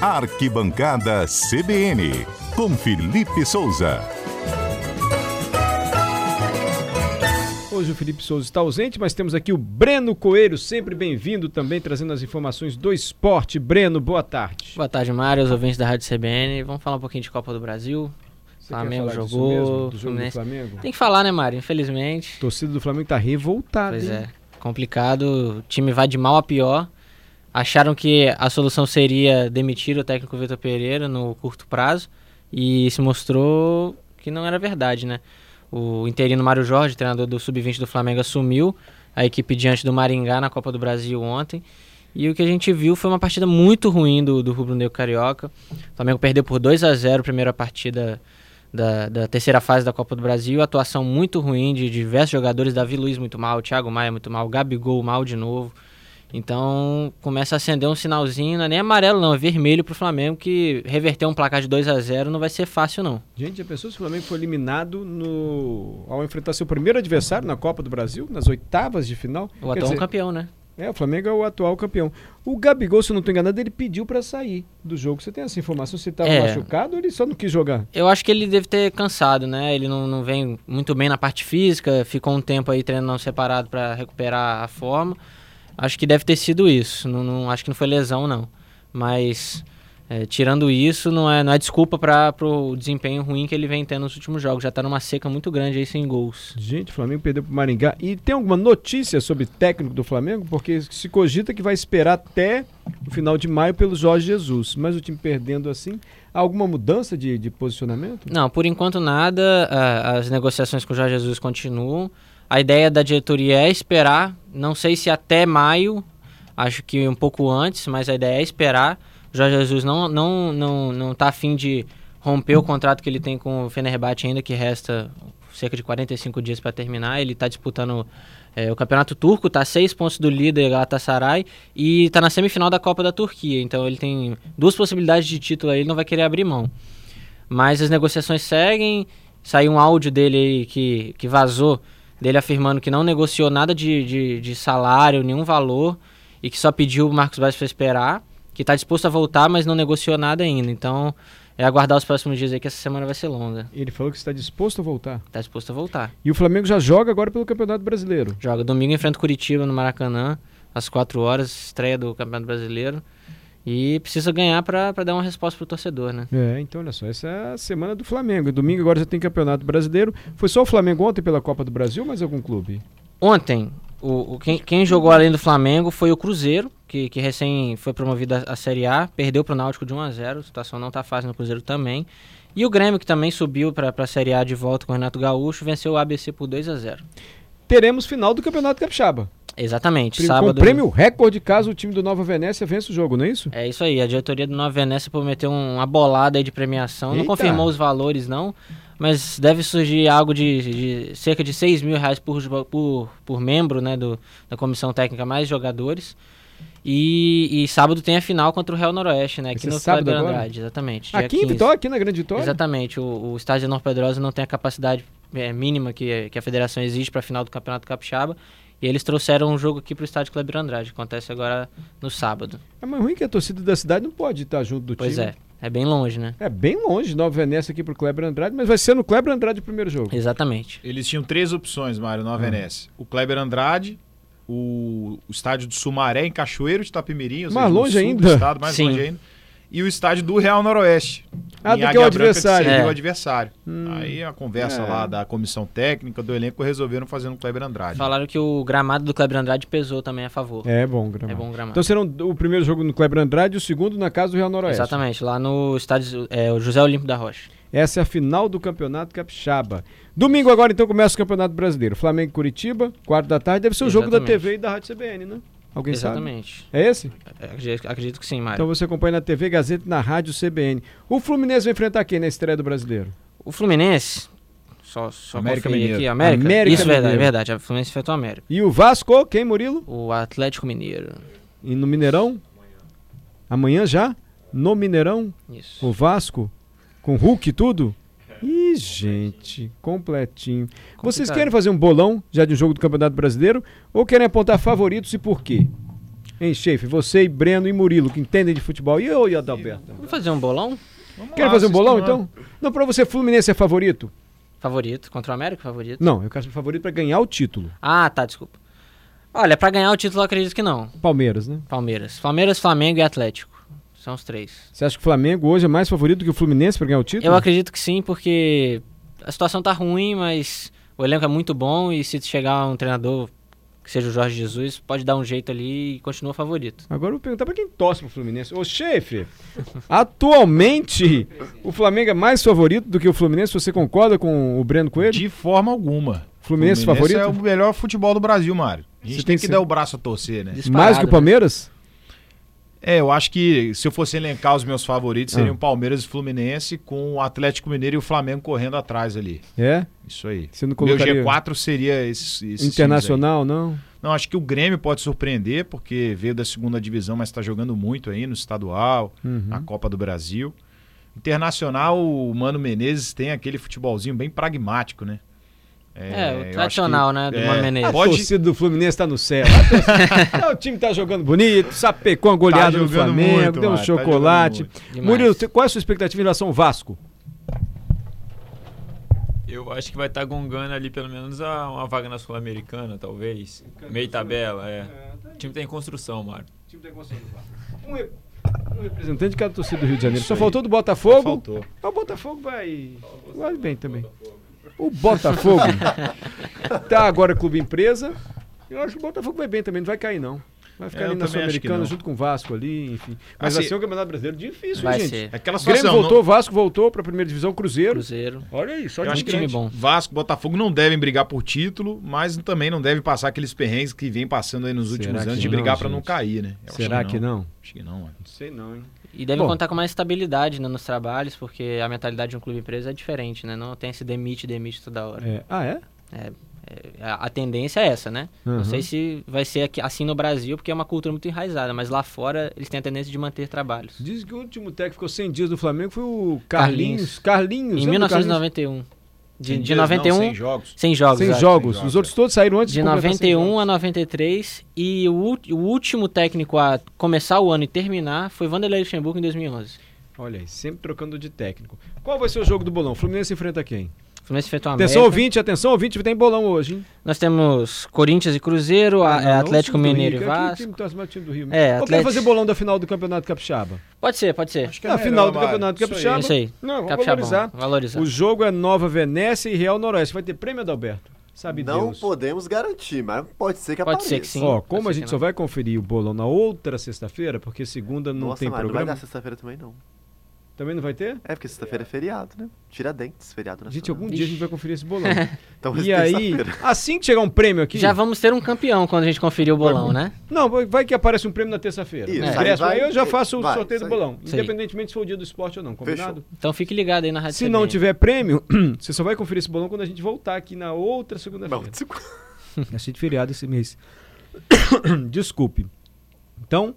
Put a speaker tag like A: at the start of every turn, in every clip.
A: Arquibancada CBN, com Felipe Souza.
B: Hoje o Felipe Souza está ausente, mas temos aqui o Breno Coelho, sempre bem-vindo também, trazendo as informações do esporte. Breno, boa tarde.
C: Boa tarde, Mário, os ouvintes da Rádio CBN. Vamos falar um pouquinho de Copa do Brasil.
B: Você
C: Flamengo
B: quer falar disso
C: jogou,
B: mesmo, do jogo do
C: Fluminense.
B: Flamengo?
C: Tem que falar, né, Mário? Infelizmente.
B: A torcida do Flamengo está revoltada.
C: Pois
B: hein?
C: é, complicado. O time vai de mal a pior. Acharam que a solução seria demitir o técnico Vitor Pereira no curto prazo e se mostrou que não era verdade, né? O interino Mário Jorge, treinador do Sub-20 do Flamengo, assumiu a equipe diante do Maringá na Copa do Brasil ontem. E o que a gente viu foi uma partida muito ruim do, do Rubro Negro Carioca. O Flamengo perdeu por 2 a 0 a primeira partida da, da terceira fase da Copa do Brasil. Atuação muito ruim de diversos jogadores. Davi Luiz muito mal, Thiago Maia muito mal, Gabigol mal de novo. Então começa a acender um sinalzinho, não é nem amarelo não, é vermelho pro Flamengo, que reverter um placar de 2 a 0 não vai ser fácil não.
B: Gente, já pensou se o Flamengo foi eliminado no... ao enfrentar seu primeiro adversário na Copa do Brasil, nas oitavas de final?
C: Ou
B: Quer
C: até um
B: dizer,
C: campeão, né?
B: É, o Flamengo é o atual campeão. O Gabigol, se eu não estou enganado, ele pediu para sair do jogo. Você tem essa informação? Se ele estava
C: É.
B: machucado ou ele só não quis jogar?
C: Eu acho que ele deve ter cansado, né? Ele não, não vem muito bem na parte física, ficou um tempo aí treinando separado para recuperar a forma. Acho que deve ter sido isso. Não, não- acho que não foi lesão, não. Mas é, tirando isso, não é, não é desculpa para o desempenho ruim que ele vem tendo nos últimos jogos. Já tá numa seca muito grande aí sem gols.
B: Gente, o Flamengo perdeu pro Maringá. E tem alguma notícia sobre técnico do Flamengo? Porque se cogita que vai esperar até o final de maio pelo Jorge Jesus. Mas o time perdendo assim, há alguma mudança de, de posicionamento?
C: Não, por enquanto nada. a- as negociações com o Jorge Jesus continuam. A ideia da diretoria é esperar. Não sei se até maio, acho que um pouco antes, mas a ideia é esperar. O Jorge Jesus não não não não tá afim de romper o contrato que ele tem com o Fenerbahçe ainda que resta cerca de 45 dias para terminar. Ele está disputando é, o Campeonato Turco, está seis pontos do líder Galatasaray e está na semifinal da Copa da Turquia. Então ele tem duas possibilidades de título aí, ele não vai querer abrir mão. Mas as negociações seguem. Saiu um áudio dele aí que, que vazou, dele afirmando que não negociou nada de, de, de salário, nenhum valor, e que só pediu o Marcos Braz para esperar, que está disposto a voltar, mas não negociou nada ainda. Então, é aguardar os próximos dias aí, que essa semana vai ser longa.
B: Ele falou que está disposto a voltar.
C: Está disposto a voltar.
B: E o Flamengo já joga agora pelo Campeonato Brasileiro.
C: Joga domingo enfrenta o Curitiba no Maracanã, às 4 horas, estreia do Campeonato Brasileiro. E precisa ganhar para dar uma resposta pro torcedor, né?
B: É, então olha só, essa é a semana do Flamengo. E domingo agora já tem Campeonato Brasileiro. Foi só o Flamengo ontem pela Copa do Brasil, ou mais algum clube?
C: Ontem, o, o- quem, quem jogou além do Flamengo foi o Cruzeiro, que, que recém foi promovido à à Série A, perdeu para o Náutico de 1 a 0 a situação não está fácil no Cruzeiro também. E o Grêmio, que também subiu para a Série A de volta com o Renato Gaúcho, venceu o ABC por 2 a 0
B: Teremos final do Campeonato Capixaba.
C: Exatamente,
B: Pri-
C: sábado... né?
B: Com prêmio recorde caso o time do Nova Venécia vença o jogo, não é isso?
C: É isso aí, a diretoria do Nova Venécia prometeu um- uma bolada aí de premiação,
B: Eita!
C: não confirmou os valores não, mas deve surgir algo de, de cerca de 6 mil reais por, jo- por, por membro né, do, da comissão técnica, mais jogadores. E, e sábado tem a final contra o Real Noroeste, né?
B: Vai
C: Aqui
B: ser
C: no
B: sábado
C: Fabiano
B: agora?
C: Andrade, exatamente. dia
B: aqui em
C: 15.
B: Vitória, aqui na Grande Vitória?
C: Exatamente, o, o estádio Nor Pedrosa não tem a capacidade eh, mínima que, que a federação exige para a final do Campeonato Capixaba. E eles trouxeram um jogo aqui para o estádio Cleber Andrade, acontece agora no sábado.
B: É mais ruim que a torcida da cidade não pode estar junto do
C: Pois
B: time.
C: é, é bem longe, né?
B: É bem longe, Nova Venécia aqui pro Kleber Andrade, mas vai ser no Kleber Andrade o primeiro jogo.
C: Exatamente.
D: Eles tinham três opções, Mário, no Venécia. O Kleber Andrade, o, o estádio do Sumaré, em Cachoeiro de Tapimirim, ou
B: Mais
D: seja, no
B: longe
D: sul
B: ainda.
D: Do estado, mais
C: Sim.
D: longe ainda. E o estádio do Real Noroeste.
B: Ah,
D: em
B: do que é o
D: Águia Branca,
B: adversário.
D: seria
C: É.
D: o adversário. Aí a conversa
B: É.
D: lá da comissão técnica, do elenco, resolveram fazer no Kleber Andrade.
C: Falaram que o gramado do Kleber Andrade pesou também a favor.
B: É bom, o gramado.
C: É bom o gramado.
B: Então serão o primeiro jogo no Kleber Andrade e o segundo na casa do Real Noroeste.
C: Exatamente, lá no estádio é, o José Olímpio da Rocha.
B: Essa é a final do Campeonato Capixaba. Domingo agora então começa o Campeonato Brasileiro. Flamengo e Curitiba, quatro da tarde, deve ser o jogo da
C: Exatamente.
B: TV e da Rádio CBN, né? Alguém
C: Exatamente.
B: sabe? É esse?
C: Acredito, acredito que sim, Mário.
B: Então você acompanha na TV, Gazeta e na Rádio CBN. O Fluminense vai enfrentar quem na estreia do Brasileiro?
C: o Fluminense. Só, só
D: América
C: conferir
D: Mineiro.
C: aqui. América?
B: América
C: Isso, é verdade, é
B: Mineiro.
C: verdade. O Fluminense enfrentou o América.
B: E o Vasco, quem, Murilo?
C: O Atlético Mineiro.
B: E no Mineirão? Amanhã já? No Mineirão?
C: Isso.
B: O Vasco? Com Hulk e tudo? Ih, gente, completinho. Vocês
C: Complicado.
B: querem fazer um bolão já de um jogo do Campeonato Brasileiro? Ou querem apontar favoritos e por quê? Hein, chefe? Você e Breno e Murilo, que entendem de futebol. E eu e Adalberto?
C: Vamos fazer um bolão?
D: Vamos
B: Quer
D: lá,
B: fazer um
D: vocês
B: bolão,
D: estão lá.
B: então? Não, pra você, Fluminense é favorito?
C: Favorito? Contra o América, favorito?
B: Não, eu quero ser favorito pra ganhar o título.
C: Ah, tá, desculpa. Olha, pra ganhar o título, eu acredito que não.
B: Palmeiras, né?
C: Palmeiras. Palmeiras, Flamengo e Atlético. São os três.
B: Você acha que o Flamengo hoje é mais favorito que o Fluminense pra ganhar o título?
C: Eu acredito que sim, porque a situação tá ruim, mas o elenco é muito bom e se chegar um treinador que seja o Jorge Jesus, pode dar um jeito ali e continua favorito.
B: Agora eu vou perguntar pra quem torce pro Fluminense. Ô, chefe, atualmente o Flamengo é mais favorito do que o Fluminense? Você concorda com o Breno Coelho?
D: De forma alguma.
B: Fluminense
D: é
B: favorito?
D: o melhor futebol do Brasil, Mário. A gente
B: Você tem
D: tem que
B: cer-
D: dar o braço a torcer, né?
B: Mais que o
C: Disparado,
B: Palmeiras?
D: É, eu acho que se eu fosse elencar os meus favoritos, seriam
B: Ah.
D: Palmeiras e Fluminense, com o Atlético Mineiro e o Flamengo correndo atrás ali.
B: É?
D: Isso aí.
B: Você não
D: Meu
B: colocaria
D: G4 seria esses. esses times
B: Internacional, não?
D: aí. Não, acho que o Grêmio pode surpreender, porque veio da segunda divisão, mas está jogando muito aí no estadual,
B: Uhum.
D: na Copa do Brasil. Internacional, o Mano Menezes tem aquele futebolzinho bem pragmático, né?
C: É,
D: eu
C: o
D: acho
C: tradicional, né, do
D: é,
C: Mano Menezes.
B: A
D: Pode-
B: torcida do Fluminense tá no céu. A torcida- o time tá jogando bonito, sapecou uma goleada no
D: jogando
B: Flamengo,
D: muito,
B: deu um
D: Mário, tá
B: chocolate.
D: jogando
C: Demais.
B: Murilo, você- qual é a sua expectativa em relação ao Vasco?
E: Eu acho que vai estar gongando ali pelo menos a- uma vaga na Sul-Americana, talvez. Meio tabela, né? é. O time tá em construção, Mário.
B: Um rep- um representante de cada torcida do Rio de Janeiro. Só faltou do Botafogo.
D: Faltou.
B: Mas o Botafogo vai. Vai bem também. O Botafogo tá agora clube empresa. Eu acho que o Botafogo vai bem também, não vai cair, não. Vai ficar
D: É, eu
B: ali na
D: também acho que
B: Sul-Americana
D: não.
B: junto com o Vasco ali, enfim. Mas
D: Assim-
B: assim, o Campeonato Brasileiro é difícil,
C: Vai
B: hein, gente.
C: ser.
D: Aquela
B: Grêmio
D: situação, não-
B: voltou, Vasco voltou pra primeira divisão, Cruzeiro.
C: Cruzeiro. um
B: Olha aí, só
D: Eu
B: de
D: acho que é um
C: time bom.
D: Vasco, Botafogo não devem brigar por título, mas também não devem passar aqueles perrengues que vem passando aí nos
B: Será
D: últimos anos
B: que
D: de
B: não,
D: brigar pra não
B: gente?
D: cair, né? Eu
B: Será
D: acho
B: que não?
D: Acho que não, mano.
B: Não sei não, hein?
C: E deve
B: Bom.
C: contar com mais estabilidade né, nos trabalhos, porque a mentalidade de um clube empresa é diferente, né? Não tem esse demite, demite toda hora.
B: Ah, é?
C: É, A, a tendência é essa, né?
B: Uhum.
C: Não sei se vai ser aqui- assim no Brasil, porque é uma cultura muito enraizada, mas lá fora eles têm a tendência de manter trabalhos.
B: Diz que o último técnico que ficou 100 dias do Flamengo foi o Carlinhos.
C: Carlinhos.
B: Carlinhos.
C: Em
B: lembra do Carlinhos?
C: 1991. De, um
D: Sem
C: de
D: dias não,
C: 91,
D: sem jogos.
C: sem jogos.
B: Sem
C: acho.
B: jogos.
D: Sem jogos,
B: Os outros todos saíram antes
C: De
B: completar
C: 91
B: 100
C: a 93. E o, ú- o último técnico a começar o ano e terminar foi Vanderlei Luxemburgo em 2011.
B: jogos. Olha aí, sempre trocando de técnico. Qual vai ser o jogo do bolão? Fluminense enfrenta quem?
C: O Fluminense enfrentou a
B: Atenção,
C: América.
B: ouvinte, atenção, ouvinte, tem bolão hoje, hein?
C: Nós temos Corinthians e Cruzeiro, a-
B: Ah, não,
C: é
B: não,
C: Atlético
B: o time do
C: Mineiro e
B: Rio, que é o
C: Vasco.
B: time que torce mais pro time do Rio.
C: É,
B: Eu quero
C: Atlético-
B: fazer bolão da final do Campeonato Capixaba.
C: Pode ser, pode ser.
D: Acho que é
B: Na
D: melhor,
B: final do
D: Mário.
B: Campeonato
D: Isso aí.
B: Capixaba.
C: Isso aí.
B: Não, vamos
C: Capixabão,
B: valorizar.
C: valorizar.
B: O jogo é Nova Venécia e Real Noroeste. Vai ter prêmio, Adalberto? Sabe
F: Não
B: Deus.
F: podemos garantir, mas pode ser que
C: Pode
F: apareça.
C: ser que sim.
B: Ó,
C: pode
B: como
C: ser
B: a
C: que
B: gente
C: não.
B: só vai conferir o bolão na outra sexta-feira, porque segunda não
F: Nossa,
B: tem
F: mas não vai
B: programa.
F: dar sexta-feira também, não.
B: Também não vai ter?
F: É, porque sexta-feira é feriado, né? Tiradentes, feriado nacional.
B: Gente, algum dia a gente vai conferir esse bolão.
F: Então,
B: e aí,
F: terça-feira.
B: assim que chegar um prêmio aqui.
C: Já vamos ter um campeão quando a gente conferir o bolão, né?
B: Não, vai- vai que aparece um prêmio na terça-feira.
F: Isso,
B: Os
C: aí
B: ingressos,
F: vai-
B: aí eu já faço o
F: vai,
B: sorteio do
F: isso aí.
B: bolão.
C: Isso aí.
B: Independentemente se for o dia do esporte ou não, combinado?
C: Então fique ligado aí na Rádio
B: Se não
C: CBN.
B: tiver prêmio, você só vai conferir esse bolão quando a gente voltar aqui na outra segunda-feira.
F: Não, desculpa.
B: Achei de feriado esse mês. Desculpe. Então,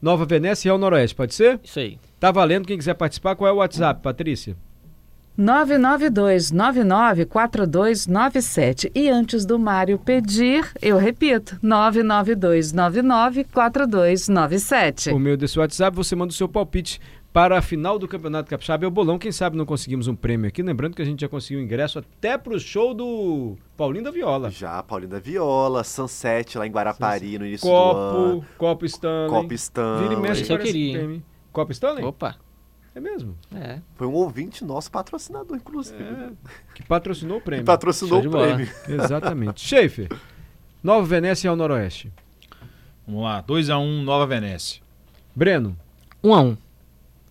B: Nova Venécia e Real Noroeste, pode ser?
C: Isso aí.
B: Tá valendo, quem quiser participar, qual é o WhatsApp, Patrícia?
G: 992994297. E antes do Mário pedir, eu repito, 992994297.
B: Por meio desse WhatsApp, você manda o seu palpite para a final do Campeonato Capixaba. É o bolão, quem sabe não conseguimos um prêmio aqui. Lembrando que a gente já conseguiu ingresso até pro show do Paulinho da Viola.
F: Já, Paulinho da Viola, Sunset lá em Guarapari no início do ano.
B: Copo, Copo Stanley.
F: Copa Stanley.
B: Vira e mexe
C: Esse eu
B: aparece um
C: queria, hein?
B: prêmio. Copo Stanley?
C: Opa.
B: É mesmo.
C: É.
F: Foi um ouvinte nosso patrocinador, inclusive. né?
B: Que patrocinou o
F: Que
B: prêmio.
F: patrocinou
C: Show de
F: o
C: bola.
F: prêmio.
B: Exatamente. Schaefer, Nova Venécia e Real Noroeste.
D: Vamos lá, 2x1 Nova Venécia.
B: Breno,
C: Um a
B: Tá
C: um.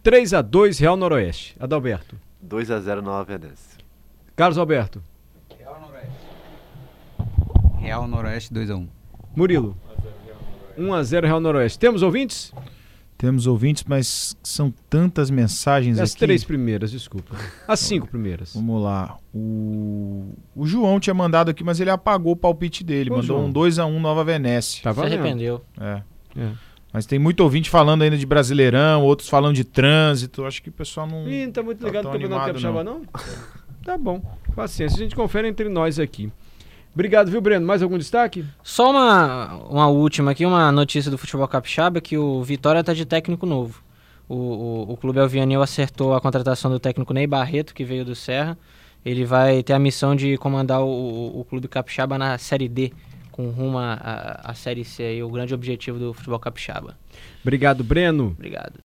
B: 3x2 Real Noroeste. Adalberto.
F: 2x0 Nova Venécia.
B: Carlos Alberto.
H: Real Noroeste 2x1.
B: Murilo. 1x0 Real Noroeste. Temos ouvintes?
D: Temos ouvintes, mas são tantas mensagens
B: As
D: aqui.
B: três primeiras, desculpa. As cinco
C: Tá
B: primeiras.
D: Vamos lá. O... o João tinha mandado aqui, mas ele apagou o palpite dele.
B: Ô,
D: mandou
B: João.
D: um 2x1 Nova Venécia.
B: Tá
C: Se
B: valendo.
C: arrependeu.
D: É.
B: É.
D: Mas tem muito ouvinte falando ainda de Brasileirão, outros falando de trânsito. Acho que o pessoal não.
B: Ih, não tá muito
D: Tá
B: ligado
D: tão
B: no Campeonato
D: animado,
B: Capixaba, não? Tá bom. Paciência, a gente confere entre nós aqui. Obrigado, viu, Breno? Mais algum destaque?
C: Só uma, uma última aqui, uma notícia do futebol capixaba, que o Vitória está de técnico novo. O, o, o clube Alvianil acertou a contratação do técnico Ney Barreto, que veio do Serra. Ele vai ter a missão de comandar o, o, o clube capixaba na Série D, com rumo à à- à Série C, aí, o grande objetivo do futebol capixaba.
B: Obrigado, Breno.
C: Obrigado.